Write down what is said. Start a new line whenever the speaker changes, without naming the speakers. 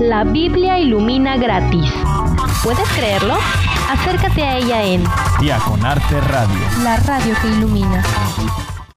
La Biblia ilumina gratis. ¿Puedes creerlo? Acércate a ella en
Diaconarte Radio.
La radio que ilumina.